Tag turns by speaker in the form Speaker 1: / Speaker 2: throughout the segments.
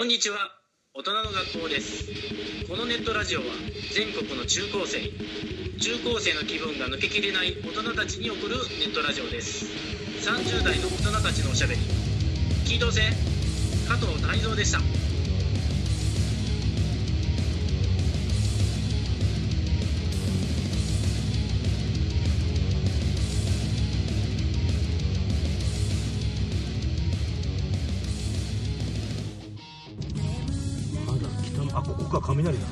Speaker 1: こんにちは大人の学校ですこのネットラジオは全国の中高生中高生の気分が抜けきれない大人たちに送るネットラジオです30代の大人たちのおしゃべり聞いとせ加藤大蔵でした
Speaker 2: なんだ北のあここか雷だ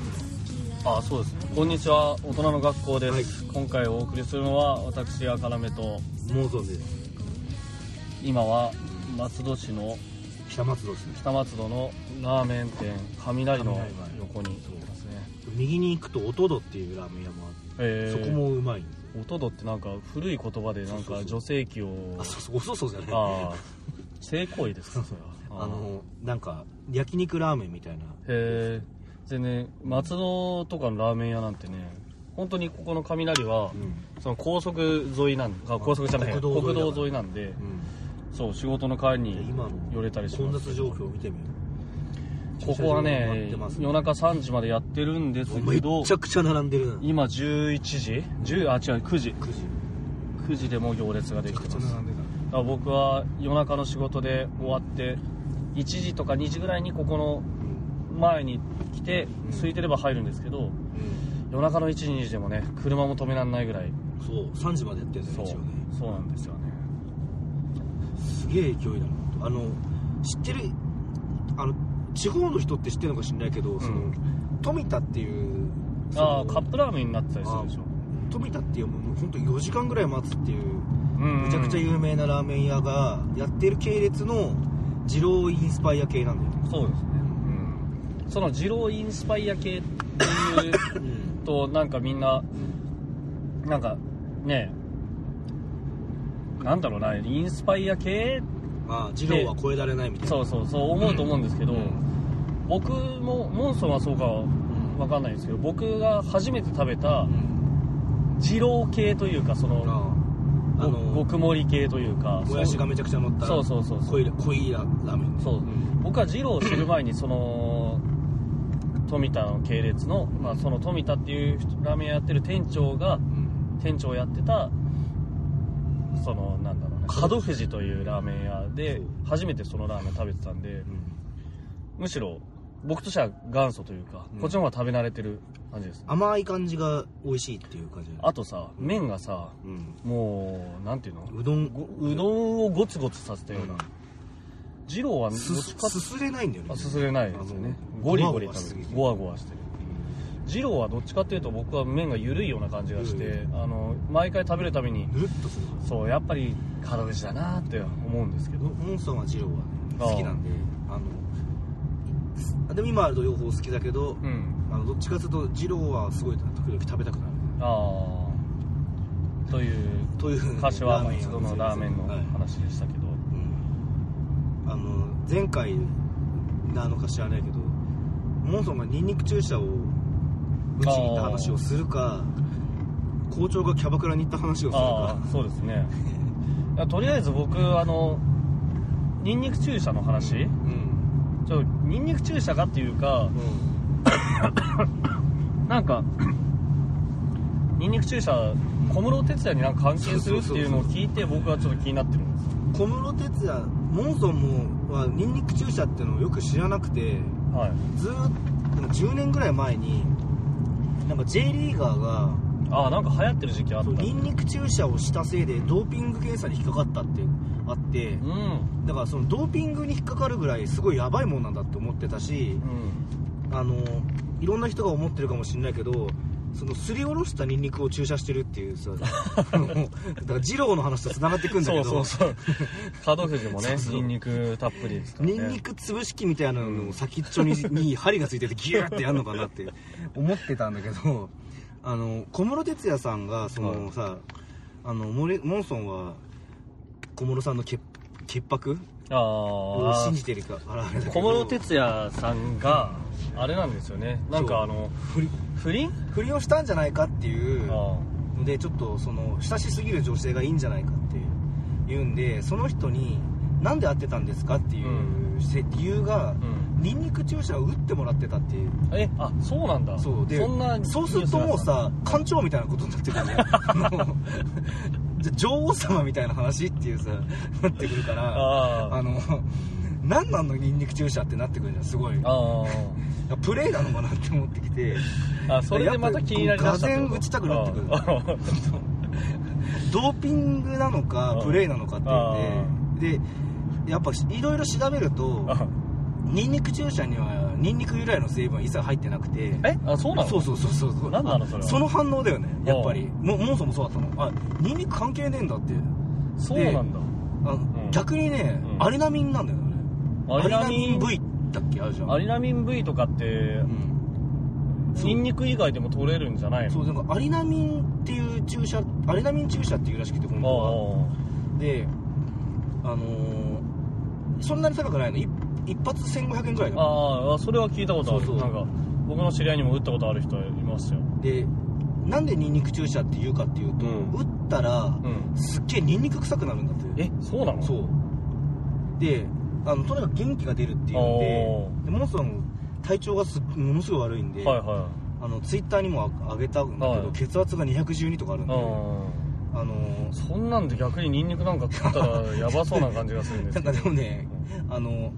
Speaker 3: あそうですこんにちは大人の学校です、
Speaker 2: はい
Speaker 3: 今回お送りするのは私赤なめと
Speaker 2: 妄想で
Speaker 3: 今は松戸市の
Speaker 2: 北松戸ですね
Speaker 3: 北松戸のラーメン店雷の
Speaker 2: 雷は
Speaker 3: 横にいますね
Speaker 2: 右に行くとおとどっていうラーメン屋もあって、
Speaker 3: えー
Speaker 2: そこもうまいんで
Speaker 3: おとどってなんか古い言葉でなん
Speaker 2: そうそうそ
Speaker 3: か
Speaker 2: う
Speaker 3: 女性器を
Speaker 2: あそうそうおそうそうじゃない
Speaker 3: ああ性行為ですかそれは
Speaker 2: あのなんか焼肉ラーメンみたいな
Speaker 3: へえでね松戸とかのラーメン屋なんてね本当にここの雷は、
Speaker 2: うん
Speaker 3: その高速沿いなんあ高速じゃない
Speaker 2: 国道沿い
Speaker 3: 国
Speaker 2: だから
Speaker 3: 道沿いなんで、
Speaker 2: うん
Speaker 3: そう仕事の帰り
Speaker 2: で
Speaker 3: に
Speaker 2: 今の
Speaker 3: 寄れたりし
Speaker 2: 混
Speaker 3: ます
Speaker 2: 雑状況を見てみよう
Speaker 3: ここ
Speaker 2: 駐車場埋
Speaker 3: は
Speaker 2: まっ
Speaker 3: ね
Speaker 2: てます
Speaker 3: 夜中3時までやってるんです
Speaker 2: め
Speaker 3: け
Speaker 2: っ
Speaker 3: ど
Speaker 2: ちゃくちゃ並んでるな
Speaker 3: 今11時10あ違う9時
Speaker 2: 9時
Speaker 3: 9時でもう行列がで
Speaker 2: めち
Speaker 3: き
Speaker 2: ゃく
Speaker 3: て
Speaker 2: ちゃ
Speaker 3: ますだ
Speaker 2: 並んでた
Speaker 3: から僕は夜中の仕事で終わって1時とか2時ぐらいにここの
Speaker 2: うん
Speaker 3: 前に来て
Speaker 2: うん
Speaker 3: 空いてれば入るんですけど夜中の1時2時でもね車も止めらんないぐらい
Speaker 2: そう3時までやってるんだ
Speaker 3: そ
Speaker 2: よ
Speaker 3: う
Speaker 2: 一応ね
Speaker 3: そうなんですよね
Speaker 2: すげえ勢いだなあの知ってるあの地方の人って知ってるのか知んないけど、その富田っていうその
Speaker 3: ああカップラーメンになってたりするでしょ
Speaker 2: 富田っていうもう本当4時間ぐらい待つっていう
Speaker 3: うん
Speaker 2: めちゃくちゃ有名なラーメン屋がやってる系列の二郎インスパイア系なんだよね
Speaker 3: そうですねうんその二郎インスパイア系っていう
Speaker 2: うん
Speaker 3: となんかみんななんかねなんだろうなインスパイア系
Speaker 2: まあ二郎は超えられないみたいな
Speaker 3: そうそうそう思うと思うんですけど、僕もモンソンはそうかは
Speaker 2: ん
Speaker 3: 分かんないですけど僕が初めて食べた
Speaker 2: うん
Speaker 3: 二郎系というかそ
Speaker 2: あ
Speaker 3: の
Speaker 2: ああの
Speaker 3: 極盛り系というか
Speaker 2: もやしがめちゃくちゃ乗った
Speaker 3: そうそうそうそう
Speaker 2: 濃いラ濃いラーメン
Speaker 3: そう僕は二郎を知る前にその富田の系列の、まあ、その富田っていうラーメン屋やってる店長が
Speaker 2: うん
Speaker 3: 店長をやってたそのなんだろうな門富士というラーメン屋で初めてそのラーメン食べてたんでむしろ僕としては元祖というか、
Speaker 2: うん
Speaker 3: こっちの方が食べ慣れてる感じです
Speaker 2: 甘い感じが美味しいっていう感じだね
Speaker 3: あとさ麺がさ
Speaker 2: うん
Speaker 3: もうなんていうの
Speaker 2: うどん
Speaker 3: ごうどんをゴツゴツさせたような、
Speaker 2: うん
Speaker 3: 二郎はどっ
Speaker 2: す
Speaker 3: ちかっ
Speaker 2: すすれないんだよね
Speaker 3: あすすれないですよね
Speaker 2: あの
Speaker 3: ゴリゴリ
Speaker 2: ごわごわしす
Speaker 3: 食べ
Speaker 2: ぎ
Speaker 3: る
Speaker 2: て
Speaker 3: ゴワゴワしてる二郎はどっちかっていうと僕は麺が緩いような感じがして、
Speaker 2: 緩
Speaker 3: あの毎回食べるたびに
Speaker 2: ぬるっとする
Speaker 3: そうやっぱり門口だなって思うんですけど
Speaker 2: モンソンは二郎はね
Speaker 3: ああ
Speaker 2: 好きなんであのでも今あると両方好きだけど、
Speaker 3: うん
Speaker 2: あのどっちかというと二郎はすごい時々食べたくなる
Speaker 3: ああという
Speaker 2: という
Speaker 3: 柏
Speaker 2: ラーメン
Speaker 3: 松戸のラーメンの
Speaker 2: はい
Speaker 3: 話でしたけど、
Speaker 2: うんあの前回なのか知らないけどモンソンがニンニク注射を打ちに行った話をするか校長がキャバクラに行った話をする
Speaker 3: あ
Speaker 2: か
Speaker 3: あそうです ねいやとりあえず僕あのニンニク注射の話
Speaker 2: うん
Speaker 3: ちょニンニク注射がっていうか
Speaker 2: うん
Speaker 3: なんかニンニク注射小室哲哉になんか関係するっていうのを聞いて僕はちょっと気になってるんです
Speaker 2: 小室哲哉モンソンもはニンニク注射ってのをよく知らなくて
Speaker 3: はい
Speaker 2: ずーっとなんか10年ぐらい前になんか J リーガーが
Speaker 3: ああなんか流行ってる時期あった
Speaker 2: そう
Speaker 3: う
Speaker 2: ニンニク注射をしたせいでドーピング検査に引っかかったってあって
Speaker 3: んうん
Speaker 2: だからそのドーピングに引っかかるぐらいすごいやばいもんなんだって思ってたしあのいろんな人が思ってるかもしれないけどそのすりおろしたニンニクを注射してるっていうさあのだから二郎の話と繋がってくんだ
Speaker 3: そ
Speaker 2: け
Speaker 3: うそ
Speaker 2: ど
Speaker 3: うそう門藤も
Speaker 2: そ
Speaker 3: ね
Speaker 2: うそう
Speaker 3: ニンニクたっぷりですからね
Speaker 2: ニンニク潰し器みたいなのを先っちょにに針がついててギューってやるのかなって思ってたんだけどあの小室哲哉さんがそのさ、あのモレモンソンは小室さんの潔潔白
Speaker 3: あ
Speaker 2: を
Speaker 3: あ
Speaker 2: 信じてるからあれだけど
Speaker 3: 小室哲哉さんがあれなんですよねなんかあの
Speaker 2: 不倫
Speaker 3: 不倫
Speaker 2: 不倫をしたんじゃないかっていう
Speaker 3: あ
Speaker 2: のでちょっとその親しすぎる女性がいいんじゃないかっていうんでその人に「なんで会ってたんですか?」っていう、
Speaker 3: う
Speaker 2: せ理由が、
Speaker 3: ん
Speaker 2: ニンニク注射を打ってもらってたっていう
Speaker 3: えあそうなんだ
Speaker 2: そうで
Speaker 3: そんな
Speaker 2: そうするともうさ艦長みたいなことになってくる ねあのじゃ女王様みたいな話っていうさなってくるから
Speaker 3: あー
Speaker 2: あの何なんのニンニク注射ってなってくるじゃんすごい
Speaker 3: あ
Speaker 2: プレイなのかなって思ってきて
Speaker 3: ーあそれでまた気になりだしたって
Speaker 2: やっぱりこう俄
Speaker 3: こと
Speaker 2: 然打ちたくなってくる
Speaker 3: あー
Speaker 2: ドーピングなのか
Speaker 3: うん
Speaker 2: プレイなのかっていうのででやっぱいろいろ調べると
Speaker 3: あ
Speaker 2: ニンニク注射にはニンニク由来の成分は一切入ってなくて
Speaker 3: えあそうなの
Speaker 2: そうそうそうそう
Speaker 3: なんなのそれは
Speaker 2: その反応だよねやっぱり
Speaker 3: う
Speaker 2: もモンソンもそうだったのあニンニク関係ねえんだって
Speaker 3: そうなんだ
Speaker 2: あ、
Speaker 3: ん
Speaker 2: 逆にね、
Speaker 3: うん
Speaker 2: アリナミンなんだよねアリナミン V だっけあるじゃん
Speaker 3: アリナミン V とかって
Speaker 2: うんそう
Speaker 3: ニンニク以外でも取れるんじゃないの
Speaker 2: そうなんかアリナミンっていう注射アリナミン注射っていうらしくて本当は
Speaker 3: あ
Speaker 2: であのーそんなに高くないの一一発1500円ぐらい
Speaker 3: ー
Speaker 2: だ
Speaker 3: あーあそれは聞いたことある
Speaker 2: そうそう
Speaker 3: なんか僕の知り合いにも打ったことある人いますよ
Speaker 2: でなんでニンニク注射って言うかっていうと、
Speaker 3: うん
Speaker 2: 打ったら
Speaker 3: うん
Speaker 2: すっげえニンニク臭くなるんだって
Speaker 3: えそうなのう
Speaker 2: そうであのとにかく元気が出るっていうの
Speaker 3: お
Speaker 2: ででモンソン体調がすものすごい悪いんで、
Speaker 3: はいは
Speaker 2: あのツイッターにもあ上げたんだけど、
Speaker 3: はい
Speaker 2: 血圧が212とかあるん
Speaker 3: い
Speaker 2: で、
Speaker 3: う
Speaker 2: あの
Speaker 3: んそんなんで逆にニンニクなんか食ったらやばそうな感じがするんです
Speaker 2: な
Speaker 3: け
Speaker 2: ん
Speaker 3: ど
Speaker 2: かでもねあの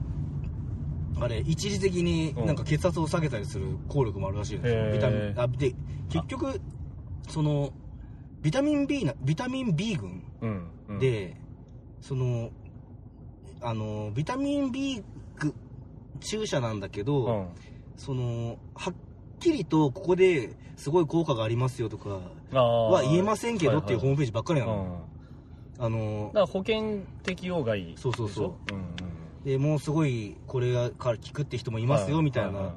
Speaker 2: あれ一時的に
Speaker 3: うん
Speaker 2: なんか血圧を下げたりする効力もあるらしいです
Speaker 3: へ
Speaker 2: よ
Speaker 3: ー
Speaker 2: ビタミンあで結局そのビタミン B なビタミン B 群
Speaker 3: うんうん
Speaker 2: で、そのあのビタミン B ぐ注射なんだけど、
Speaker 3: うん
Speaker 2: そのはっきりとここですごい効果がありますよとか
Speaker 3: は
Speaker 2: は言えませんけどっていうホームページばっかりなの、
Speaker 3: うん
Speaker 2: あの
Speaker 3: だから保険適用がいい
Speaker 2: そうそうそう
Speaker 3: でしょ
Speaker 2: でもうすごいこれがから効くって人もいますよみたい
Speaker 3: はは
Speaker 2: な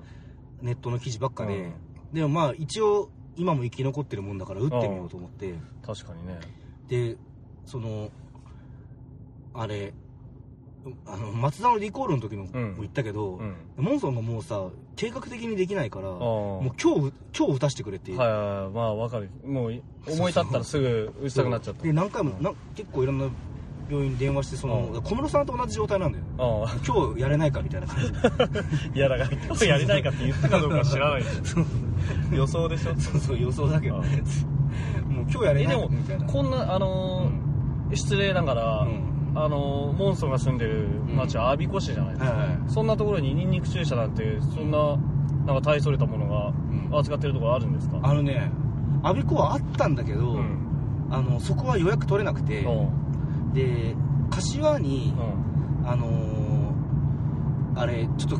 Speaker 2: ネットの記事ばっかで、
Speaker 3: うん
Speaker 2: でもまあ一応今も生き残ってるもんだから打ってみようと思って、
Speaker 3: 確かにね
Speaker 2: でそのあれあの松田のリコールの時もも
Speaker 3: うん
Speaker 2: 言ったけど、
Speaker 3: うん
Speaker 2: モンソンがもうさ計画的にできないから
Speaker 3: あ
Speaker 2: も
Speaker 3: ー
Speaker 2: う今日今日打たせてくれっていう、
Speaker 3: はいはいはいまあわかるもうい思い立ったらすぐ打ちたくなっちゃった
Speaker 2: で何回もな結構いろんな病院に電話してその、
Speaker 3: うん
Speaker 2: 小室さんと同じ状態なんだよ
Speaker 3: ああ
Speaker 2: 今日やれないかみたいな感じで
Speaker 3: いやだから今日やりたいかって言ったかどうかは知らないでしょ 予想でしょ
Speaker 2: そうそう予想だけど
Speaker 3: あ
Speaker 2: もう今日やれ
Speaker 3: え
Speaker 2: な
Speaker 3: で
Speaker 2: い
Speaker 3: も
Speaker 2: みたいな
Speaker 3: こんなあのー失礼ながら
Speaker 2: うん
Speaker 3: あのーモンソンが住んでる町は我孫子市じゃないです
Speaker 2: はい
Speaker 3: か
Speaker 2: はい
Speaker 3: そんなところにニンニク注射なんてそんななんか大それたもの
Speaker 2: うん
Speaker 3: が扱ってるところあるんですか
Speaker 2: あのね我孫子はあったんだけど、
Speaker 3: うん
Speaker 2: あのそこは予約取れなくて、
Speaker 3: うん
Speaker 2: で柏に、
Speaker 3: うん
Speaker 2: あのーあれちょっと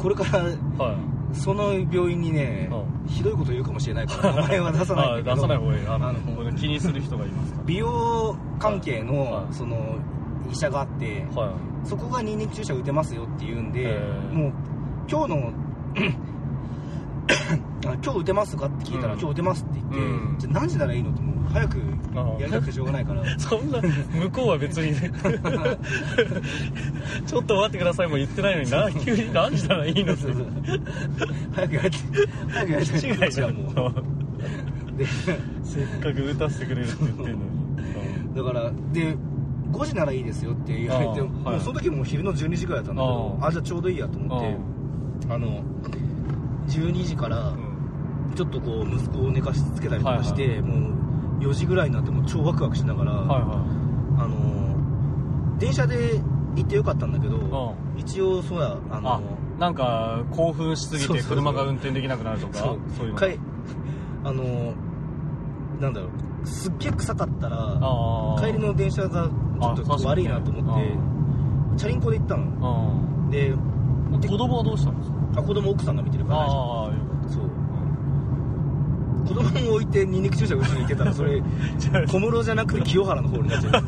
Speaker 2: これから
Speaker 3: はい
Speaker 2: その病院にね、
Speaker 3: う
Speaker 2: ひどいこと言うかもしれないから名前は出さないんだけ
Speaker 3: あ出
Speaker 2: ど
Speaker 3: さない方がいいあの
Speaker 2: あの
Speaker 3: これ気にする人がいますか
Speaker 2: 美容関係の、
Speaker 3: はい
Speaker 2: その医者があって、
Speaker 3: らはい
Speaker 2: そこがニンニク注射打てますよって言うんで
Speaker 3: へー
Speaker 2: もう今日のあ今日打てますかって聞いたら、
Speaker 3: うん
Speaker 2: 今日打てますって言って、
Speaker 3: うん
Speaker 2: じゃあ何時ならいいのってもう早く
Speaker 3: ああ
Speaker 2: やりたくてしょうがないから
Speaker 3: そんな向こうは別に ちょっと待ってくださいも言ってないのにな急に何時ならいいのって
Speaker 2: そうそう早くやりたい早くやりたい
Speaker 3: 違い
Speaker 2: こっち
Speaker 3: じゃ
Speaker 2: は
Speaker 3: ん
Speaker 2: もうで
Speaker 3: せっかく打たせてくれるって言ってんのに
Speaker 2: だからで5時ならいいですよって言われて
Speaker 3: ああ
Speaker 2: も
Speaker 3: は
Speaker 2: う
Speaker 3: い
Speaker 2: その時もう昼の12時ぐらいだったんだけど
Speaker 3: あ
Speaker 2: あ
Speaker 3: あ
Speaker 2: じゃあちょうどいいやと思ってあの12時からちょっとこう息子を寝かしつけたりとかして、
Speaker 3: は
Speaker 2: もう4時ぐらいになってもう超ワクワクしながら、
Speaker 3: はいは
Speaker 2: あのー電車で行ってよかったんだけど、
Speaker 3: い
Speaker 2: 一応そうやあ
Speaker 3: あ
Speaker 2: の
Speaker 3: なんか興奮しすぎて車が運転できなくなるとか
Speaker 2: そう
Speaker 3: そういうの
Speaker 2: かい あのーなんだろうすっげえ臭かったら
Speaker 3: ああ
Speaker 2: 帰りの電車がちょっ
Speaker 3: あ確かに
Speaker 2: と
Speaker 3: ね
Speaker 2: 悪いなと思って、チャリンコで行ったの
Speaker 3: あ
Speaker 2: で
Speaker 3: あ子供はどうしたんですか
Speaker 2: あ子供奥さんが見てるからね
Speaker 3: ああよかっ
Speaker 2: そう子
Speaker 3: た
Speaker 2: 供を置いてニンニク注射打ちに行けたらそ れ小室じゃなくて清原の方になっちゃう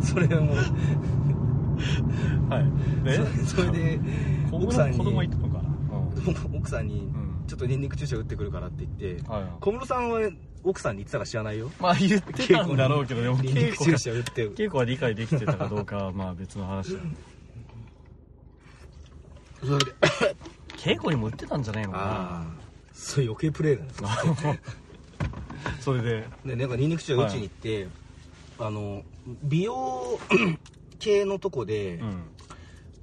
Speaker 2: それはもう
Speaker 3: はいで
Speaker 2: そそれで
Speaker 3: 子
Speaker 2: 奥さん
Speaker 3: 供
Speaker 2: に
Speaker 3: 子供行くのかな
Speaker 2: 奥さんに
Speaker 3: ん
Speaker 2: ちょっとニンニク注射打ってくるからって言って
Speaker 3: はいはい
Speaker 2: 小室さんは奥さんに言ってたか知らないよ
Speaker 3: まあ言ってたんだろうけど、でも
Speaker 2: ニンニ
Speaker 3: 稽
Speaker 2: ク注
Speaker 3: 古
Speaker 2: 射打って
Speaker 3: 稽古は理解できてたかどうかは まあ別の話だよね。
Speaker 2: それで
Speaker 3: 稽古にも売ってたんじゃないのか
Speaker 2: ああそれ余計プレイだね
Speaker 3: な。 それで、
Speaker 2: でなんかニンニク注射打ちに行って、あの美容 系のとこで、
Speaker 3: うん。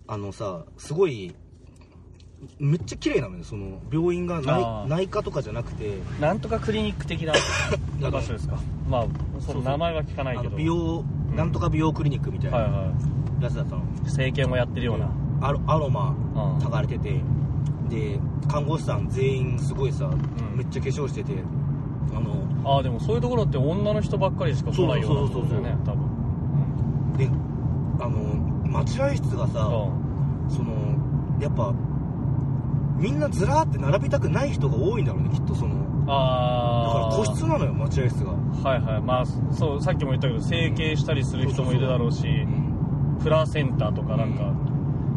Speaker 2: あのさすごいめっちゃ綺麗なのよその病院が
Speaker 3: あ
Speaker 2: 内
Speaker 3: ー
Speaker 2: 内科とかじゃなくて
Speaker 3: なんとかクリニック的な
Speaker 2: なんか
Speaker 3: 場所ですかまあ
Speaker 2: そ
Speaker 3: そう
Speaker 2: そう
Speaker 3: の名前は聞かない
Speaker 2: あ
Speaker 3: け
Speaker 2: の
Speaker 3: ど
Speaker 2: 美容、
Speaker 3: ん
Speaker 2: なんとか美容クリニックみたい
Speaker 3: はい
Speaker 2: な
Speaker 3: は
Speaker 2: やつだったの、
Speaker 3: い政権をやってるような、
Speaker 2: アロアロマ
Speaker 3: うん
Speaker 2: たがれててで看護師さん全員すごいさ、
Speaker 3: ん
Speaker 2: めっちゃ化粧しててあの
Speaker 3: ああでもそういうところって女の人ばっかりしか来ないような
Speaker 2: そうそうそうそう
Speaker 3: とこだよね多分
Speaker 2: であの待合室がさ、
Speaker 3: うん
Speaker 2: そのやっぱみんなずらーって並びたくない人が多いんだろうねきっとそのだか
Speaker 3: あ
Speaker 2: ら
Speaker 3: あ
Speaker 2: 個室なのよ待合室が、
Speaker 3: はいはいまあそうさっきも言ったけど整形したりする人もいるだろうしプラセンタとかなんか、
Speaker 2: う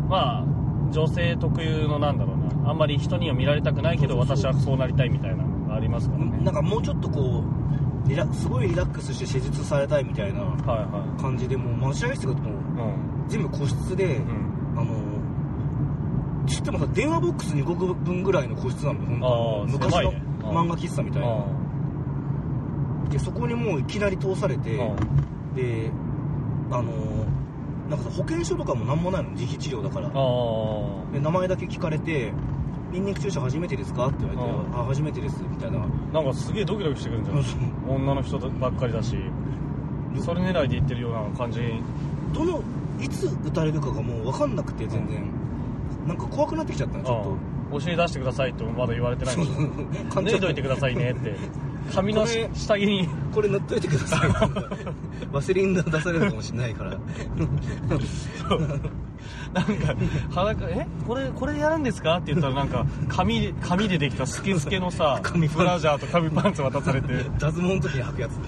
Speaker 3: まあ女性特有のなんだろうなあんまり人には見られたくないけど
Speaker 2: そうそう
Speaker 3: 私
Speaker 2: そう
Speaker 3: はそうなりたいみたいなのがありますからね
Speaker 2: なんかもうちょっとこうリラすごいリラックスして施術されたいみたいな
Speaker 3: はいは
Speaker 2: 感じでもう待合室がもう
Speaker 3: いうん
Speaker 2: 全部個室で、
Speaker 3: うん
Speaker 2: あの知ってもさ電話ボックス2個分ぐらいの個室なのよほんと
Speaker 3: あー
Speaker 2: 昔
Speaker 3: 狭い
Speaker 2: の
Speaker 3: ね
Speaker 2: 漫画喫茶みたいなでそこにもういきなり通されて
Speaker 3: うん
Speaker 2: であのなんかさ保険証とかも何もないの自費治療だから
Speaker 3: ああ
Speaker 2: で名前だけ聞かれて「ニンニク注射初めてですか?」って言われて「
Speaker 3: う
Speaker 2: あ初めてです」みたいな
Speaker 3: なんかすげえドキドキしてくるんじゃない
Speaker 2: そう
Speaker 3: 女の人ばっかりだしそれ狙いで言ってるような感じ
Speaker 2: どのいつ打たれるかがもう分かんなくて全然なんか怖くなってきちゃったのちょっと
Speaker 3: うん教え出してくださいってまだ言われてないんですよ
Speaker 2: 感じ
Speaker 3: 脱いどいてくださいねって髪のし
Speaker 2: これ
Speaker 3: 下着に
Speaker 2: これ塗っといてください ワセリンが出されるかもしれないから
Speaker 3: なんか裸えこれこれやるんですかって言ったらなんか紙で紙でできたスケスケ のさ
Speaker 2: 紙パンツ
Speaker 3: ブラジャーと紙パンツ渡されて
Speaker 2: 脱毛の時に履くやつって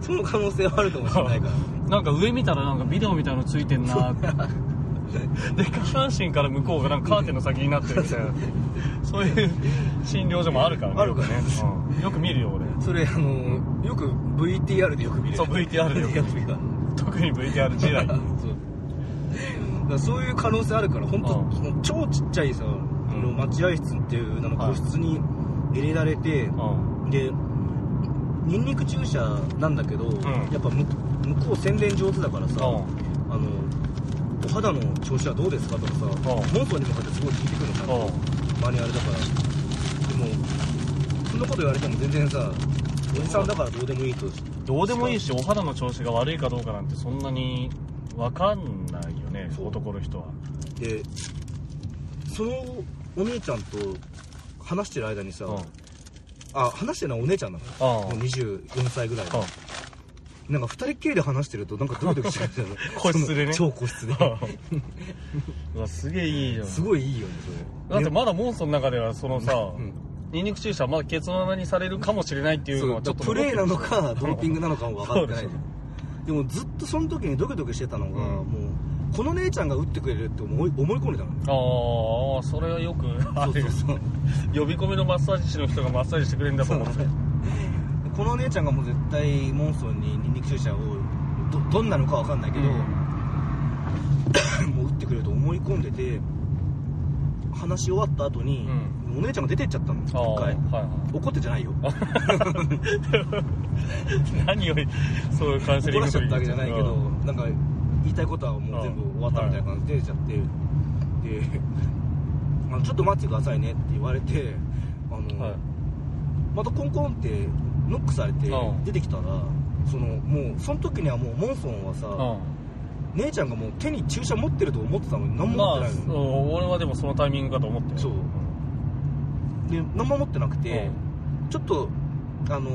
Speaker 2: その可能性はあるかもしれないから
Speaker 3: なんか上見たらなんかビデオみたいのついてんなってで下半身から向こうがなんかカーテンの先になってるみたいなそういう診療所もあるからね
Speaker 2: あるからね
Speaker 3: よくね、うんよく見るよ俺
Speaker 2: それあのよく VTR でよく見る
Speaker 3: そう VTR でよく見
Speaker 2: る
Speaker 3: 特に VTR 時代
Speaker 2: そうだからそういう可能性あるから本当、
Speaker 3: うん
Speaker 2: その超ちっちゃいさ、あの待合室っていうあの個室に入れられて、
Speaker 3: うん
Speaker 2: でニンニク注射なんだけど、やっぱ向向こう宣伝上手だからさ、あ
Speaker 3: うん
Speaker 2: のお肌の調子はどうですかとかさ、モンストに向かってすごい聞いてくるのさ、
Speaker 3: うん
Speaker 2: マニュアルだからでもそんなこと言われても全然さおじさんだからどうでもいいと
Speaker 3: どうでもいいしお肌の調子が悪いかどうかなんてそんなに分かんないよね
Speaker 2: そう
Speaker 3: 男の人は
Speaker 2: でそのお姉ちゃんと話してる間にさ、
Speaker 3: うん
Speaker 2: あ話してるのはお姉ちゃんなの
Speaker 3: あ
Speaker 2: もう24歳ぐらいの
Speaker 3: あ
Speaker 2: なんか二人っきりで話してるとなんかドキドキしちゃうじゃん
Speaker 3: 個室でね
Speaker 2: その超個室で
Speaker 3: うわすげえいいじゃん
Speaker 2: すごいいいよねそ
Speaker 3: だっ
Speaker 2: れ
Speaker 3: てまだモンストの中ではそのさ、
Speaker 2: うん
Speaker 3: ニンニク注射まだケツの穴にされるかもしれないっていうの
Speaker 2: そ
Speaker 3: は
Speaker 2: う
Speaker 3: ちょっと
Speaker 2: プレーなのかド
Speaker 3: 残
Speaker 2: ー
Speaker 3: って
Speaker 2: ピ
Speaker 3: る
Speaker 2: ングなのかも分かってないじゃ
Speaker 3: そうん
Speaker 2: でもずっとその時にドキドキしてたのが、
Speaker 3: うん
Speaker 2: もうこの姉ちゃんが打ってくれるって思い思い込んでたのね
Speaker 3: ああそれはよくある
Speaker 2: そうそう
Speaker 3: 呼び込みのマッサージ師の人がマッサージしてくれるんだと
Speaker 2: そう
Speaker 3: 思って
Speaker 2: この姉ちゃんがもう絶対モンソンにニンニク注射をどどんなのか分かんないけど、もう打ってくれると思い込んでて話し終わった後に、お姉ちゃんが出てっちゃったの
Speaker 3: あ
Speaker 2: 一
Speaker 3: あはい
Speaker 2: 回
Speaker 3: は
Speaker 2: 怒ってじゃないよ
Speaker 3: い何よりそういうカウンセリ
Speaker 2: 怒
Speaker 3: ン
Speaker 2: ら
Speaker 3: グ
Speaker 2: しちゃったわけじゃないけど
Speaker 3: うん
Speaker 2: なんか言いたいことはもう全部終わったみたいな感じで出ちゃって、であの「ちょっと待ってくださいね」って言われてあの、
Speaker 3: はい
Speaker 2: またコンコンってノックされて
Speaker 3: うん
Speaker 2: 出てきたら、そのもうその時にはもうモンソンはさ、
Speaker 3: う
Speaker 2: 姉ちゃんがもう手に注射持ってると思ってたのに何
Speaker 3: ん、
Speaker 2: も
Speaker 3: ま
Speaker 2: 持って
Speaker 3: あ
Speaker 2: ない
Speaker 3: そ
Speaker 2: の、
Speaker 3: う俺はでもそのタイミングかと思って
Speaker 2: そうで何も持ってなくて、ちょっとあの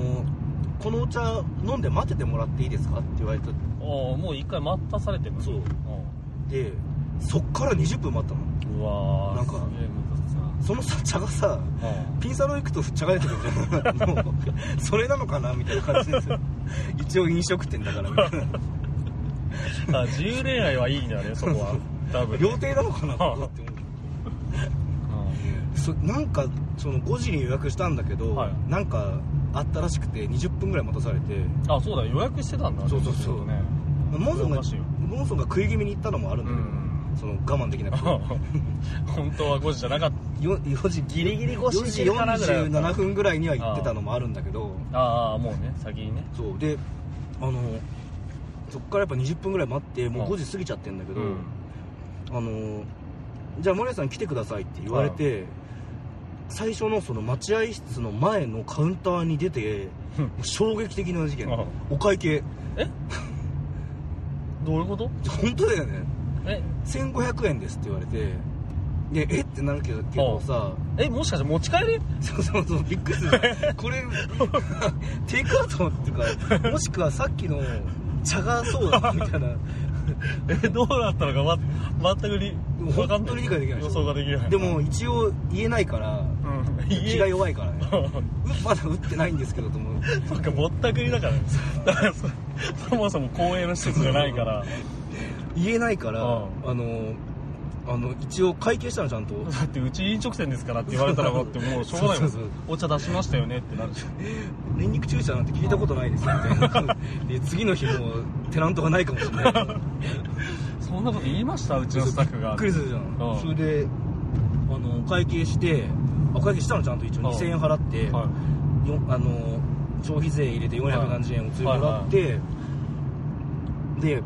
Speaker 2: このお茶飲んで待っててもらっていいですかって言われた
Speaker 3: おもう一回待たされてるの
Speaker 2: そう
Speaker 3: う
Speaker 2: でそっから20分待ったの
Speaker 3: んうわー
Speaker 2: なんか
Speaker 3: すげえムカつくな
Speaker 2: そのさ茶がさ
Speaker 3: うん
Speaker 2: ピンサロ行くと茶が出てくるじゃんもうそれなのかなみたいな感じですよ一応飲食店だからみた いな
Speaker 3: あ自由恋愛はいいんだよねそこは多分
Speaker 2: 料亭なのかなとかって思うそなんかその5時に予約したんだけど、
Speaker 3: はい
Speaker 2: なんかあったらしくて20分ぐらい待たされて
Speaker 3: うんあそうだ予約してたんだ
Speaker 2: そうそうそう
Speaker 3: ちょっとね
Speaker 2: モンソンが
Speaker 3: おかしいよ
Speaker 2: モンソンが食い気味に行ったのもあるんだ
Speaker 3: う
Speaker 2: けど、
Speaker 3: ん
Speaker 2: その我慢でき なくて
Speaker 3: 本当は5時じゃなかっ
Speaker 2: よ4時ギリギリ
Speaker 3: 5時
Speaker 2: 時
Speaker 3: かなぐらいだった
Speaker 2: 47分ぐらいには行ってたのもあるんだけど
Speaker 3: たああもうね先にね
Speaker 2: そうであのそっからやっぱ20分ぐらい待ってもう
Speaker 3: はい
Speaker 2: 5時過ぎちゃってんだけど、
Speaker 3: うん
Speaker 2: あのーじゃあ森谷さん来てくださいって言われて、最初のその待合室の前のカウンターに出て
Speaker 3: うん
Speaker 2: もう衝撃的な事件
Speaker 3: はい
Speaker 2: お会計
Speaker 3: どういうこと
Speaker 2: 本当だよね
Speaker 3: え
Speaker 2: 1500円ですって言われてでえってなるけどけどさ
Speaker 3: えもしかして持ち帰り
Speaker 2: そうそうそうびっくりす るこれ テイクアウトっていうかもしくはさっきの茶がそうだみたいな
Speaker 3: えどうなったのか、ま、全くり
Speaker 2: もう
Speaker 3: わかん
Speaker 2: 本当に理解できない
Speaker 3: 予想ができない
Speaker 2: でも一応言えないから
Speaker 3: うん
Speaker 2: 気が
Speaker 3: い
Speaker 2: 弱いからね
Speaker 3: え
Speaker 2: う まだ打ってないんですけどと思う
Speaker 3: そっかぼったくりだからだからそそもそも公営の施設がないから
Speaker 2: 言えないから、
Speaker 3: う
Speaker 2: あのあの一応会計したのちゃんと
Speaker 3: だってうち飲食店ですからって言われたらだってもうしょうがないもん
Speaker 2: そうそうそう
Speaker 3: お茶出しましたよねってなるし
Speaker 2: ニンニク注射なんて聞いたことないですよ ねで次の日もテナントがないかもしれないから
Speaker 3: そんなこと言いましたうち
Speaker 2: び
Speaker 3: のスタッフが
Speaker 2: っくりするじゃん、
Speaker 3: うん
Speaker 2: それであのお会計してあお会計したのちゃんと一応
Speaker 3: うん
Speaker 2: 2000円払って、
Speaker 3: はい
Speaker 2: よあの消費税入れて470円お釣りもらって、で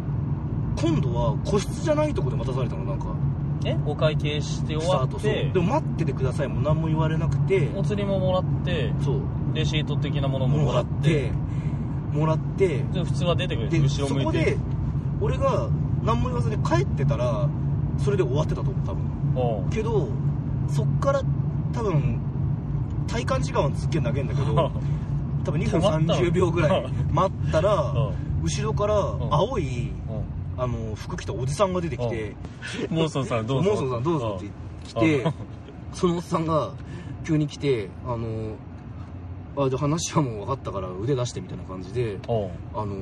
Speaker 2: 今度は個室じゃないとこで待たされたのなんか
Speaker 3: えお会計して終
Speaker 2: スタ
Speaker 3: わ
Speaker 2: ート
Speaker 3: っ
Speaker 2: そう
Speaker 3: て
Speaker 2: でも待っててくださいも何も言われなくて
Speaker 3: お釣りももらって
Speaker 2: そう
Speaker 3: レシート的なものも
Speaker 2: も
Speaker 3: も
Speaker 2: ら
Speaker 3: ら
Speaker 2: っ
Speaker 3: って
Speaker 2: てもらって
Speaker 3: で普通は出てくる
Speaker 2: で
Speaker 3: 後
Speaker 2: そ
Speaker 3: ろ向い
Speaker 2: こ
Speaker 3: て
Speaker 2: で俺が何も言わずに帰ってたらそれで終わってたと思う多分
Speaker 3: うん
Speaker 2: けどそっから多分体感時間はすっげえ長いんだけ ど多分2分
Speaker 3: 止まったの
Speaker 2: 30秒ぐ らい待ったら
Speaker 3: う
Speaker 2: 後ろから
Speaker 3: ん
Speaker 2: 青い
Speaker 3: うん
Speaker 2: あの服着たおじさんが出てきて
Speaker 3: モンソンさんどうぞ
Speaker 2: モンソンさんどうぞって来て
Speaker 3: うん
Speaker 2: そのおっさんが急に来てあのあじゃあ話はもう分かったから腕出してみたいな感じで
Speaker 3: おう
Speaker 2: あの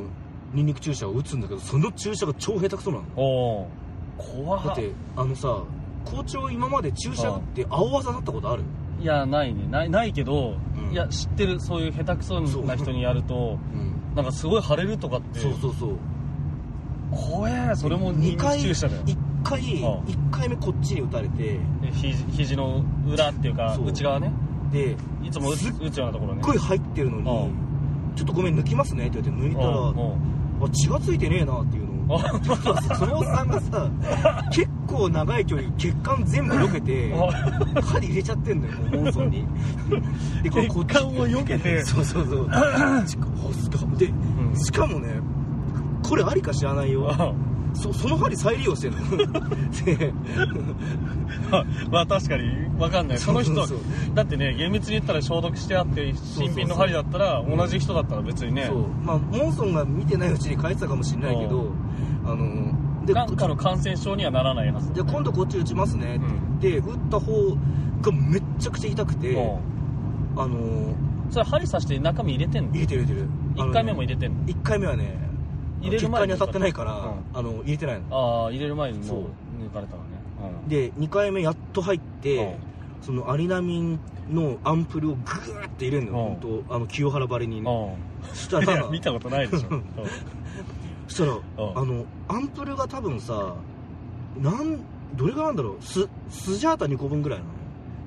Speaker 2: ニンニク注射を打つんだけどその注射が超下手くそなの
Speaker 3: おう怖っ
Speaker 2: だってあのさ校長今まで注射打って青技だったことある
Speaker 3: いやないねないないけど、
Speaker 2: うん
Speaker 3: いや知ってるそういう下手くそな人にやると
Speaker 2: うん
Speaker 3: なんかすごい腫れるとかって
Speaker 2: そうそうそう
Speaker 3: 怖えそれも
Speaker 2: 二
Speaker 3: 二回注射だよ
Speaker 2: 1回
Speaker 3: うん
Speaker 2: 1回目こっちに打たれて
Speaker 3: え肘肘の裏っていうか
Speaker 2: そう
Speaker 3: 内側ね
Speaker 2: で
Speaker 3: いつも打つ
Speaker 2: すっ
Speaker 3: 打つようなところね
Speaker 2: 声入ってるの
Speaker 3: う
Speaker 2: にちょっとごめん抜きますねって言われて抜いた
Speaker 3: おう
Speaker 2: ら
Speaker 3: おう
Speaker 2: あ血がついてねえなっていうのを
Speaker 3: おう
Speaker 2: そのおっさんがさ結構長い距離血管全部避け て
Speaker 3: おう
Speaker 2: 針入れちゃってんのよもうモンソンにでこれこっ
Speaker 3: 血
Speaker 2: ち
Speaker 3: 管を避けて
Speaker 2: そうそう そうしかもしかもで
Speaker 3: ん
Speaker 2: しかもねこれありか知らない
Speaker 3: おう
Speaker 2: よそその針再利用してんので
Speaker 3: まあ確かに分かんないその人
Speaker 2: そうそう
Speaker 3: だってね厳密に言ったら消毒してあって
Speaker 2: うそう
Speaker 3: 新品の針だったら同じ人だったら別 にね
Speaker 2: そうまあモンソンが見てないうちに帰ってたかもしれないけどあので
Speaker 3: なんかの感染症にはならないはず
Speaker 2: じゃあ今度こっち打ちますね
Speaker 3: うん
Speaker 2: って言って、打った方がめっちゃくちゃ痛くて、
Speaker 3: おう
Speaker 2: あの
Speaker 3: それ針刺して中身入れてんの
Speaker 2: 入れてる入れてるあの
Speaker 3: 1回目も入れてんの
Speaker 2: 1回目はね
Speaker 3: 入れる
Speaker 2: 血
Speaker 3: 前
Speaker 2: 管
Speaker 3: に
Speaker 2: に当たってないから、
Speaker 3: う
Speaker 2: あの入れてないの
Speaker 3: ああ入れる前に
Speaker 2: そ
Speaker 3: も
Speaker 2: う
Speaker 3: う抜かれたのね
Speaker 2: で2回目やっと入って、そのアリナミンのアンプルをグーって入れるのよ、
Speaker 3: うん
Speaker 2: 本当あの清原ばりに
Speaker 3: う
Speaker 2: ね、
Speaker 3: ん
Speaker 2: そした
Speaker 3: うんいや
Speaker 2: ら
Speaker 3: 見たことない でしょうん
Speaker 2: そしたら、
Speaker 3: ん
Speaker 2: あのアンプルが多分さなんどれがなんだろうススジャータ2個分ぐらいなの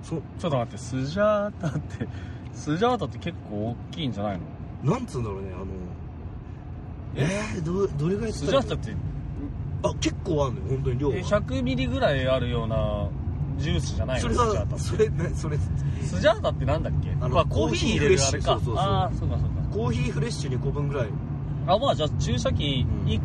Speaker 2: そ
Speaker 3: ちょっと待ってスジャータってスジャータって結構大きいんじゃないの
Speaker 2: なんつうんだろうねあの
Speaker 3: え
Speaker 2: えー、どどれぐらい
Speaker 3: ス
Speaker 2: つ
Speaker 3: ジャータって
Speaker 2: あ結構あんのよ本当に量が
Speaker 3: 100ミリぐらいあるようなジュースじゃない
Speaker 2: そ
Speaker 3: の
Speaker 2: れ
Speaker 3: スジャータ
Speaker 2: が
Speaker 3: って
Speaker 2: それねそれ
Speaker 3: スジャータってなんだっけ
Speaker 2: あの
Speaker 3: まあコーヒーに入れるあれか
Speaker 2: コーヒーフレッシュそうそうそう
Speaker 3: ああそうかそうか
Speaker 2: コーヒーフレッシュ2個分ぐらい
Speaker 3: あまあじゃあ注射器
Speaker 2: うん
Speaker 3: 1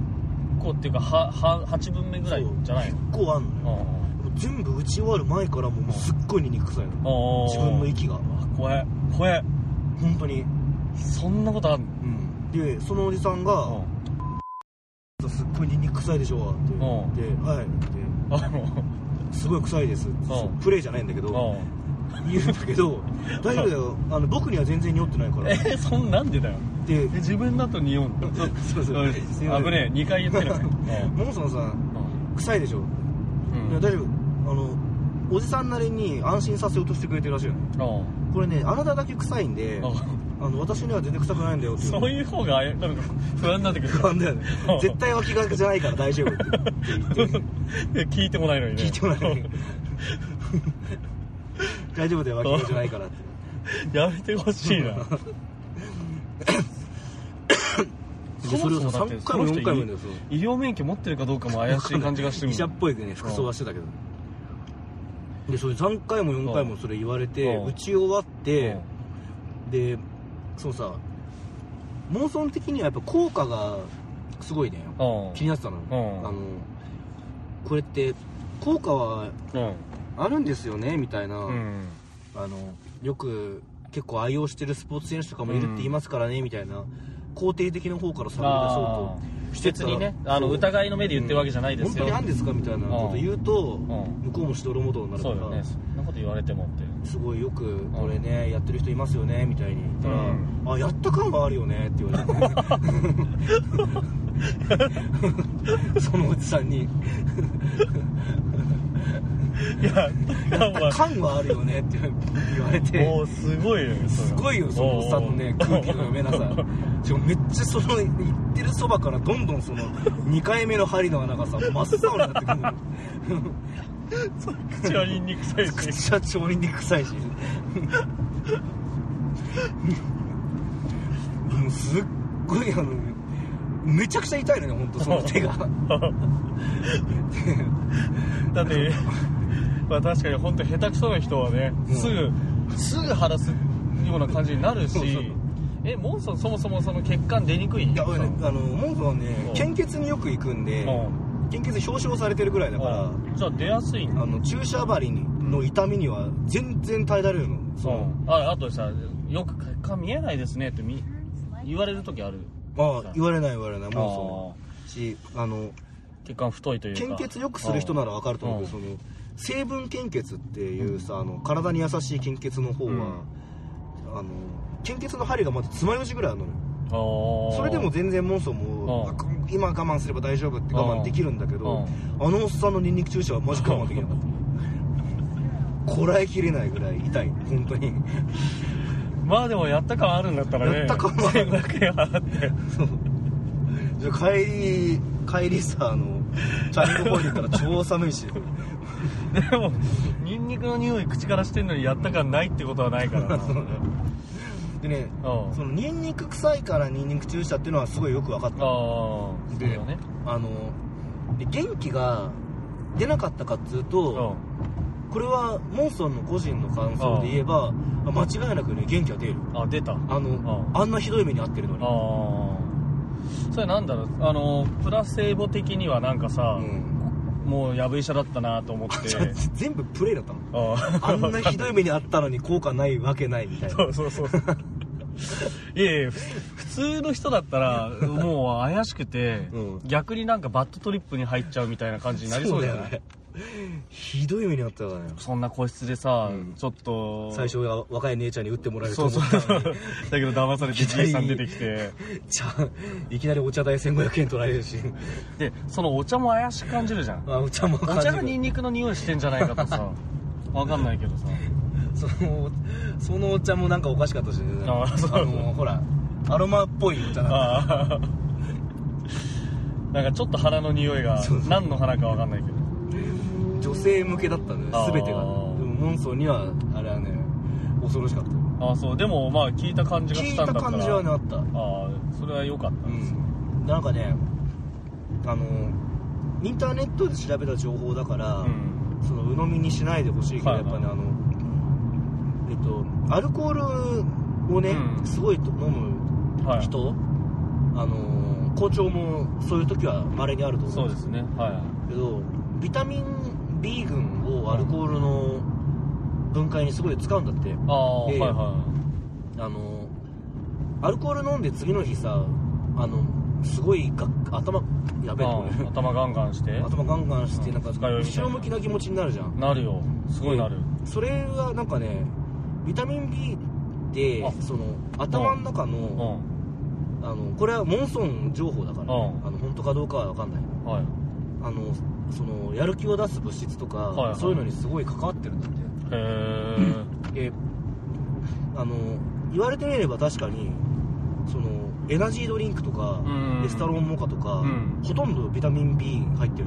Speaker 3: 個っていうかはは8分目ぐらいじゃないの
Speaker 2: 1個あんのよ
Speaker 3: うん
Speaker 2: もう全部打ち終わる前からもうすっごいにンニク臭いの
Speaker 3: うん
Speaker 2: 自分の息が
Speaker 3: あ怖え怖え
Speaker 2: 本当に
Speaker 3: そんなことあんの
Speaker 2: うんでそのおじさんが「すっごいニンニク臭いでしょ」って言って「はい」っ
Speaker 3: あの
Speaker 2: て「すごい臭いです」
Speaker 3: ん
Speaker 2: プレイじゃないんだけど
Speaker 3: う
Speaker 2: 言うんだけど「大丈夫だよあの僕には全然匂ってないか
Speaker 3: ん
Speaker 2: ら」
Speaker 3: え
Speaker 2: って
Speaker 3: そんなんでだよえ自分だと匂うの
Speaker 2: そうそう
Speaker 3: うん
Speaker 2: すいません
Speaker 3: 危ねえ2回言ってるね
Speaker 2: モンソンさん
Speaker 3: うん
Speaker 2: 臭いでしょ
Speaker 3: うん
Speaker 2: いや大丈夫あのおじさんなりに安心させようとしてくれてるらしいよね
Speaker 3: うん
Speaker 2: これねあなただけ臭いんで
Speaker 3: うん
Speaker 2: あの私には全然臭くないんだよって
Speaker 3: そういう方があやなんか不安になってくる
Speaker 2: 不安だよね
Speaker 3: うん
Speaker 2: 絶対脇がじゃないから大丈夫って 言って
Speaker 3: 聞いてもないのにね
Speaker 2: 聞いてもらえない
Speaker 3: うん
Speaker 2: 大丈夫だよ脇がじゃないからって
Speaker 3: やめてほしいなそもそもだって
Speaker 2: 3回も4回も
Speaker 3: その人
Speaker 2: 言うんですよ
Speaker 3: 医療免許持ってるかどうかも怪しい感じがしてる
Speaker 2: 医者っぽいね服装はしてたけど、でそれ3回も4回もそれ言われて、
Speaker 3: うん
Speaker 2: 打ち終わっ
Speaker 3: う
Speaker 2: て、でそうさモンソン的にはやっぱ効果がすごいね
Speaker 3: ん
Speaker 2: 気になってたの,、
Speaker 3: ん
Speaker 2: あのこれって効果は
Speaker 3: うん
Speaker 2: あるんですよねみたいな、
Speaker 3: うん
Speaker 2: あのよく結構愛用してるスポーツ選手とかもいるって言いますからね、みたいな肯定的な方から探り出そ
Speaker 3: あ
Speaker 2: うと
Speaker 3: ー
Speaker 2: してた
Speaker 3: 別
Speaker 2: ら
Speaker 3: にねあの
Speaker 2: そう
Speaker 3: 疑いの目で言ってるわけじゃないです
Speaker 2: 本当
Speaker 3: よ、
Speaker 2: にあんですかみたいなこと言うと、
Speaker 3: う、
Speaker 2: 向こうもしどろもどろになんるか
Speaker 3: そうだよ
Speaker 2: ら、
Speaker 3: ねそんなこと言われてもって
Speaker 2: すごいよくこれね、やってる人いますよねみたいに言ったら、
Speaker 3: うん
Speaker 2: あやった感はあるよねって言 われてそのおじさんに
Speaker 3: いや
Speaker 2: やった感はあるよねって言われて
Speaker 3: もうすごいよねそれ
Speaker 2: すごいよそのおっさんのね
Speaker 3: おー
Speaker 2: 空気の読めなさしかもめっちゃその行ってるそばからどんどんその2回目の針の穴がさ真っ青になってくるの
Speaker 3: 口はニンニク臭いし
Speaker 2: 口は調理に臭いしもうすっごいあのめちゃくちゃ痛いのね本当その手が
Speaker 3: だってまあ確かに本当下手くそな人はね、
Speaker 2: うん
Speaker 3: すぐすぐ晴らすような感じになるし
Speaker 2: そうそう
Speaker 3: えモンソンそもそもその血管出にくい
Speaker 2: いや俺ねあのモンゴはね
Speaker 3: うん
Speaker 2: 献血によく行くんで
Speaker 3: うん
Speaker 2: 献血に表彰されてるぐらいだから
Speaker 3: うんじゃあ出やすいんだ
Speaker 2: あの注射針の痛みには全然耐えられるの
Speaker 3: そうああとさよく血管見えないですねってみ言われる時ある
Speaker 2: ああ言われない言われないもうそのしあの
Speaker 3: 血管太いという
Speaker 2: 献
Speaker 3: か
Speaker 2: 血よくする人ならわかると思うけど
Speaker 3: う
Speaker 2: その成分献血っていうさあの体に優しい献血の方は、
Speaker 3: うん
Speaker 2: あの献血の針がまだ爪楊枝ぐらいあるのよ
Speaker 3: あー
Speaker 2: それでも全然モンソンも
Speaker 3: うん
Speaker 2: あこ今我慢すれば大丈夫って我慢できるんだけどあのおっさんのニンニク注射はマジ我慢で きなかったこらえきれないぐらい痛い本当に
Speaker 3: まあでもやった感あるんだったらね
Speaker 2: やった感 はある
Speaker 3: 1500円払って
Speaker 2: そうじゃあ帰り帰りさあのチャリンコ漕いでたら超寒いし
Speaker 3: でもニンニクの匂い口からしてんのにやった感ないってことはないからな
Speaker 2: そうでね
Speaker 3: うん
Speaker 2: そのニンニク臭いからニンニク注射っていうのはすごいよく分かった
Speaker 3: ああそう
Speaker 2: で
Speaker 3: よね
Speaker 2: あので元気が出なかったかっつうと
Speaker 3: う
Speaker 2: これはモンソンの個人の感想で言えば間違いなくね元気は出る
Speaker 3: んあ出たあ
Speaker 2: あのあんなひどい目に遭ってるのに
Speaker 3: あそれなんだろうあのプラセーボ的にはなんかさ
Speaker 2: う、ん
Speaker 3: もうやぶ医者だったなと思って
Speaker 2: 全部プレイだったの
Speaker 3: あー
Speaker 2: あんなひどい目に遭ったのに効果ないわけないみたいな
Speaker 3: そうそうそう そういやいやふ普通の人だったらもう怪しくて、
Speaker 2: うん
Speaker 3: 逆になんかバッドトリップに入っちゃうみたいな感じになりそうじゃないそ,、
Speaker 2: ねひどい目に遭ったからね
Speaker 3: んな個室でさ、
Speaker 2: うん
Speaker 3: ちょっと
Speaker 2: 最初は若い姉ちゃんに打ってもらえると
Speaker 3: そう
Speaker 2: 思
Speaker 3: そう
Speaker 2: っ
Speaker 3: そ
Speaker 2: たの
Speaker 3: う
Speaker 2: に
Speaker 3: だけど騙されてじいさん出てきて
Speaker 2: ちゃいきなりお茶代1500円取られるし
Speaker 3: でそのお茶も怪しく感じるじゃん
Speaker 2: あお茶も
Speaker 3: お
Speaker 2: 感じ
Speaker 3: 茶
Speaker 2: る
Speaker 3: がニンニクの匂いしてんじゃないか とさわかんないけどさ
Speaker 2: そのそのお茶もなんかおかしかったしね
Speaker 3: あそう
Speaker 2: のほらアロマっぽいお茶な
Speaker 3: ああ なんかちょっと花の匂いが
Speaker 2: そうそう
Speaker 3: 何の花かわかんないけど
Speaker 2: 女性向けだったの
Speaker 3: あ
Speaker 2: よ
Speaker 3: ー
Speaker 2: 全てがでもモンソンにはあれはね恐ろしかったよ
Speaker 3: ああそうでもまあ聞いた感じが
Speaker 2: 聞
Speaker 3: し
Speaker 2: い
Speaker 3: た
Speaker 2: た
Speaker 3: んだったら
Speaker 2: 感じはねあったう
Speaker 3: ああそれは良かったです、
Speaker 2: んなんかねあのインターネットで調べた情報だから、
Speaker 3: うん
Speaker 2: その鵜呑みにしないでほしいけど、
Speaker 3: はい
Speaker 2: やっぱねあのえっとアルコールをね、
Speaker 3: うん
Speaker 2: すごいと飲む
Speaker 3: はい
Speaker 2: 人、あの校長もそういう時は稀にあると思
Speaker 3: そううんで
Speaker 2: です
Speaker 3: すねは
Speaker 2: けどビタミン B 群をアルコールの分解にすごい使うんだって
Speaker 3: いああ、
Speaker 2: ええ
Speaker 3: はいは
Speaker 2: あのアルコール飲んで次の日さあのすごいが頭やべえと
Speaker 3: いああ頭ガンガンして
Speaker 2: 頭ガンガンしてなんか
Speaker 3: 二日酔いみたいな
Speaker 2: 後ろ向きな気持ちになるじゃん
Speaker 3: なるよすごいなる、
Speaker 2: それはなんかねビタミン B
Speaker 3: あ
Speaker 2: ってその頭の中
Speaker 3: う
Speaker 2: の,、
Speaker 3: ん
Speaker 2: あのこれはモンソン情報だから、
Speaker 3: うん
Speaker 2: あの本当かどうかは分かんない
Speaker 3: はい
Speaker 2: あのそのやる気を出す物質とか、
Speaker 3: はいはい
Speaker 2: そういうのにすごい関わってるんだっ
Speaker 3: へ え
Speaker 2: てであの言われてみれば確かにそのエナジードリンクとか、
Speaker 3: うん
Speaker 2: エスタロンモカとか、
Speaker 3: うん
Speaker 2: ほとんどビタミン B 入ってる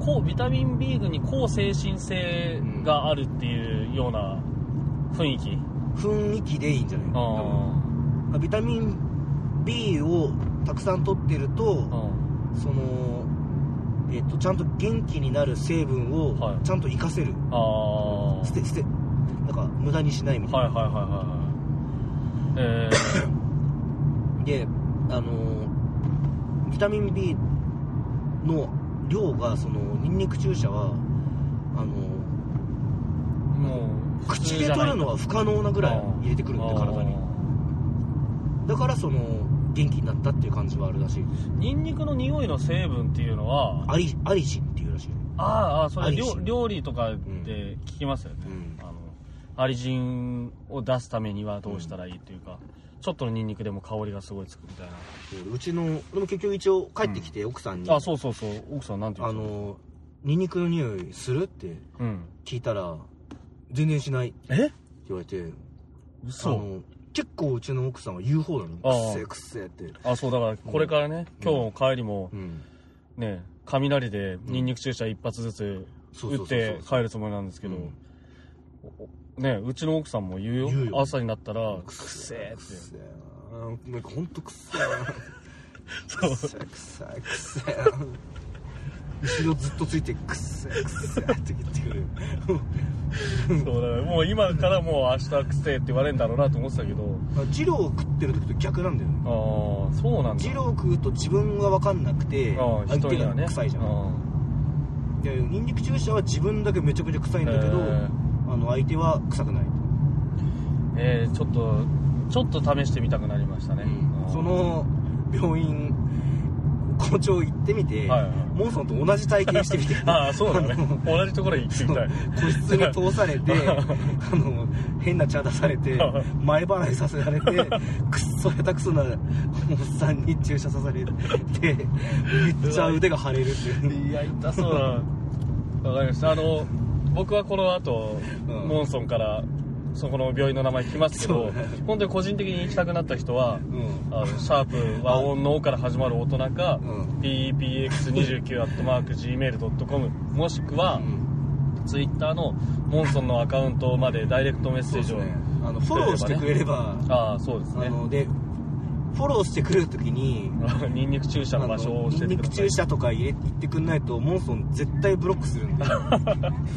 Speaker 3: 抗ビタミン B 群に抗精神性があるっていうような雰囲気、
Speaker 2: 雰囲気でいいんじゃない
Speaker 3: あ
Speaker 2: 多分ビタミン B をたくさん取ってると
Speaker 3: う、ん
Speaker 2: その、えっとちゃんと元気になる成分
Speaker 3: は
Speaker 2: を
Speaker 3: い
Speaker 2: ちゃんと活かせる、
Speaker 3: ああ
Speaker 2: 捨て捨てなんか無駄にしないみたい
Speaker 3: はい
Speaker 2: な、
Speaker 3: はいはいはいはいえ
Speaker 2: であのービタミン B の量がそのニンニク注射はあのー
Speaker 3: ー、 もう
Speaker 2: 口で取るのは不可能なぐらい入れてくるんで体にだからその元気になったっていう感じはあるらしいです
Speaker 3: にんにくの匂いの成分っていうのは
Speaker 2: アリアリシンっていうらしい、
Speaker 3: あああそ
Speaker 2: ア
Speaker 3: れ
Speaker 2: リシ
Speaker 3: 料
Speaker 2: ン
Speaker 3: 料理とかで聞きますよね、
Speaker 2: うん
Speaker 3: あのアリジンを出すためにはどうしたらいいっていうか、ちょっとのニンニクでも香りがすごいつくみたいな、
Speaker 2: うちのでも結局一応帰ってきて奥さんに、
Speaker 3: あそうそうそう奥さんなんて言
Speaker 2: あ
Speaker 3: ってた
Speaker 2: のーニンニクの匂いするって
Speaker 3: うん
Speaker 2: 聞いたら全然しないって
Speaker 3: え
Speaker 2: 言われてあ
Speaker 3: 嘘
Speaker 2: の結構うちの奥さんは言う方なの
Speaker 3: ああ
Speaker 2: くっせえくっせえって
Speaker 3: あそうだからこれからね、今日も帰りも
Speaker 2: うん
Speaker 3: ね雷でニンニク注射一発ずつ
Speaker 2: そうそう
Speaker 3: 打
Speaker 2: そう
Speaker 3: っ
Speaker 2: そう
Speaker 3: て帰るつもりなんですけど、
Speaker 2: うん
Speaker 3: おねうちの奥さんも言うよ
Speaker 2: 言うよ
Speaker 3: 朝になったら「くっせえ」
Speaker 2: くっ
Speaker 3: っ
Speaker 2: せえなんかほんとくっせえ
Speaker 3: そう
Speaker 2: くっせえくっせえくっせえ後ろずっとついてくっせえくっせえって言ってくる
Speaker 3: てそうだからもう今からもう明日くっせえって言われるんだろうなと思ってたけど
Speaker 2: ジローを食ってる時と逆なんだよね
Speaker 3: ああそうなんだ
Speaker 2: ジローを食うと自分が分かんなくて
Speaker 3: ああ
Speaker 2: 相
Speaker 3: 人
Speaker 2: 手
Speaker 3: には
Speaker 2: が
Speaker 3: ね
Speaker 2: 臭いじゃ
Speaker 3: あ
Speaker 2: んでニンニク注射は自分だけめちゃくちゃ臭いんだけど
Speaker 3: へえ
Speaker 2: あの相手は臭くない
Speaker 3: あえーちょっとちょっと試してみたくなりましたね、ああ
Speaker 2: その病院 校長行ってみて、
Speaker 3: はいはい
Speaker 2: モンソンと同じ体験してみて
Speaker 3: ああそうだね
Speaker 2: あの
Speaker 3: 同じところに行ってみたい
Speaker 2: 個室に通されてあの変な茶出されて前払いさせら れてくっそ下手くそなおっさんに注射さされてめっちゃ腕が腫れるっていう
Speaker 3: いや痛そうだなわかりましたあの僕はこの後、
Speaker 2: うん
Speaker 3: モンソンからそこの病院の名前聞きますけ
Speaker 2: そ
Speaker 3: ど、
Speaker 2: うね
Speaker 3: 本当に個人的に行きたくなった人は、
Speaker 2: うん
Speaker 3: あのシャープ和音の「お」から始まる大人か、
Speaker 2: うん
Speaker 3: PEPX29-gmail.com もしく
Speaker 2: う
Speaker 3: は、
Speaker 2: ん
Speaker 3: ツイッターのモンソンのアカウントまでダイレクトメッ
Speaker 2: そ
Speaker 3: セ
Speaker 2: う
Speaker 3: ー
Speaker 2: です
Speaker 3: ジを、
Speaker 2: ねあのフォローしてくれれば、
Speaker 3: ああそうです
Speaker 2: あ
Speaker 3: ね
Speaker 2: のでフォローしてくれる時に
Speaker 3: ニンニク注射の場所を教えて
Speaker 2: 肉
Speaker 3: くださ
Speaker 2: 注
Speaker 3: い
Speaker 2: 射とか入れ言ってくんないとモンソン絶対ブロックするん でフ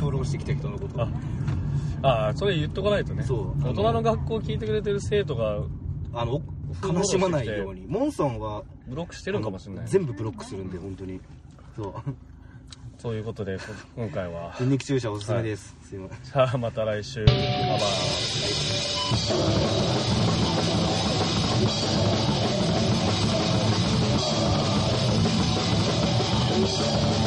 Speaker 2: ォローしてきた人のこと
Speaker 3: あああそれ言っとかないとね
Speaker 2: そう
Speaker 3: 大人の学校聞いてくれてる生徒が
Speaker 2: あの
Speaker 3: フォロ
Speaker 2: 悲
Speaker 3: ー
Speaker 2: し
Speaker 3: してきて
Speaker 2: まないようにモンソンは
Speaker 3: ブロックしてるんかもしれない
Speaker 2: 全部ブロックするんで本当に そう
Speaker 3: ということでこ今回は
Speaker 2: 人肉注射おすすめです、すいません
Speaker 3: さあまた来週バイバイ
Speaker 4: 「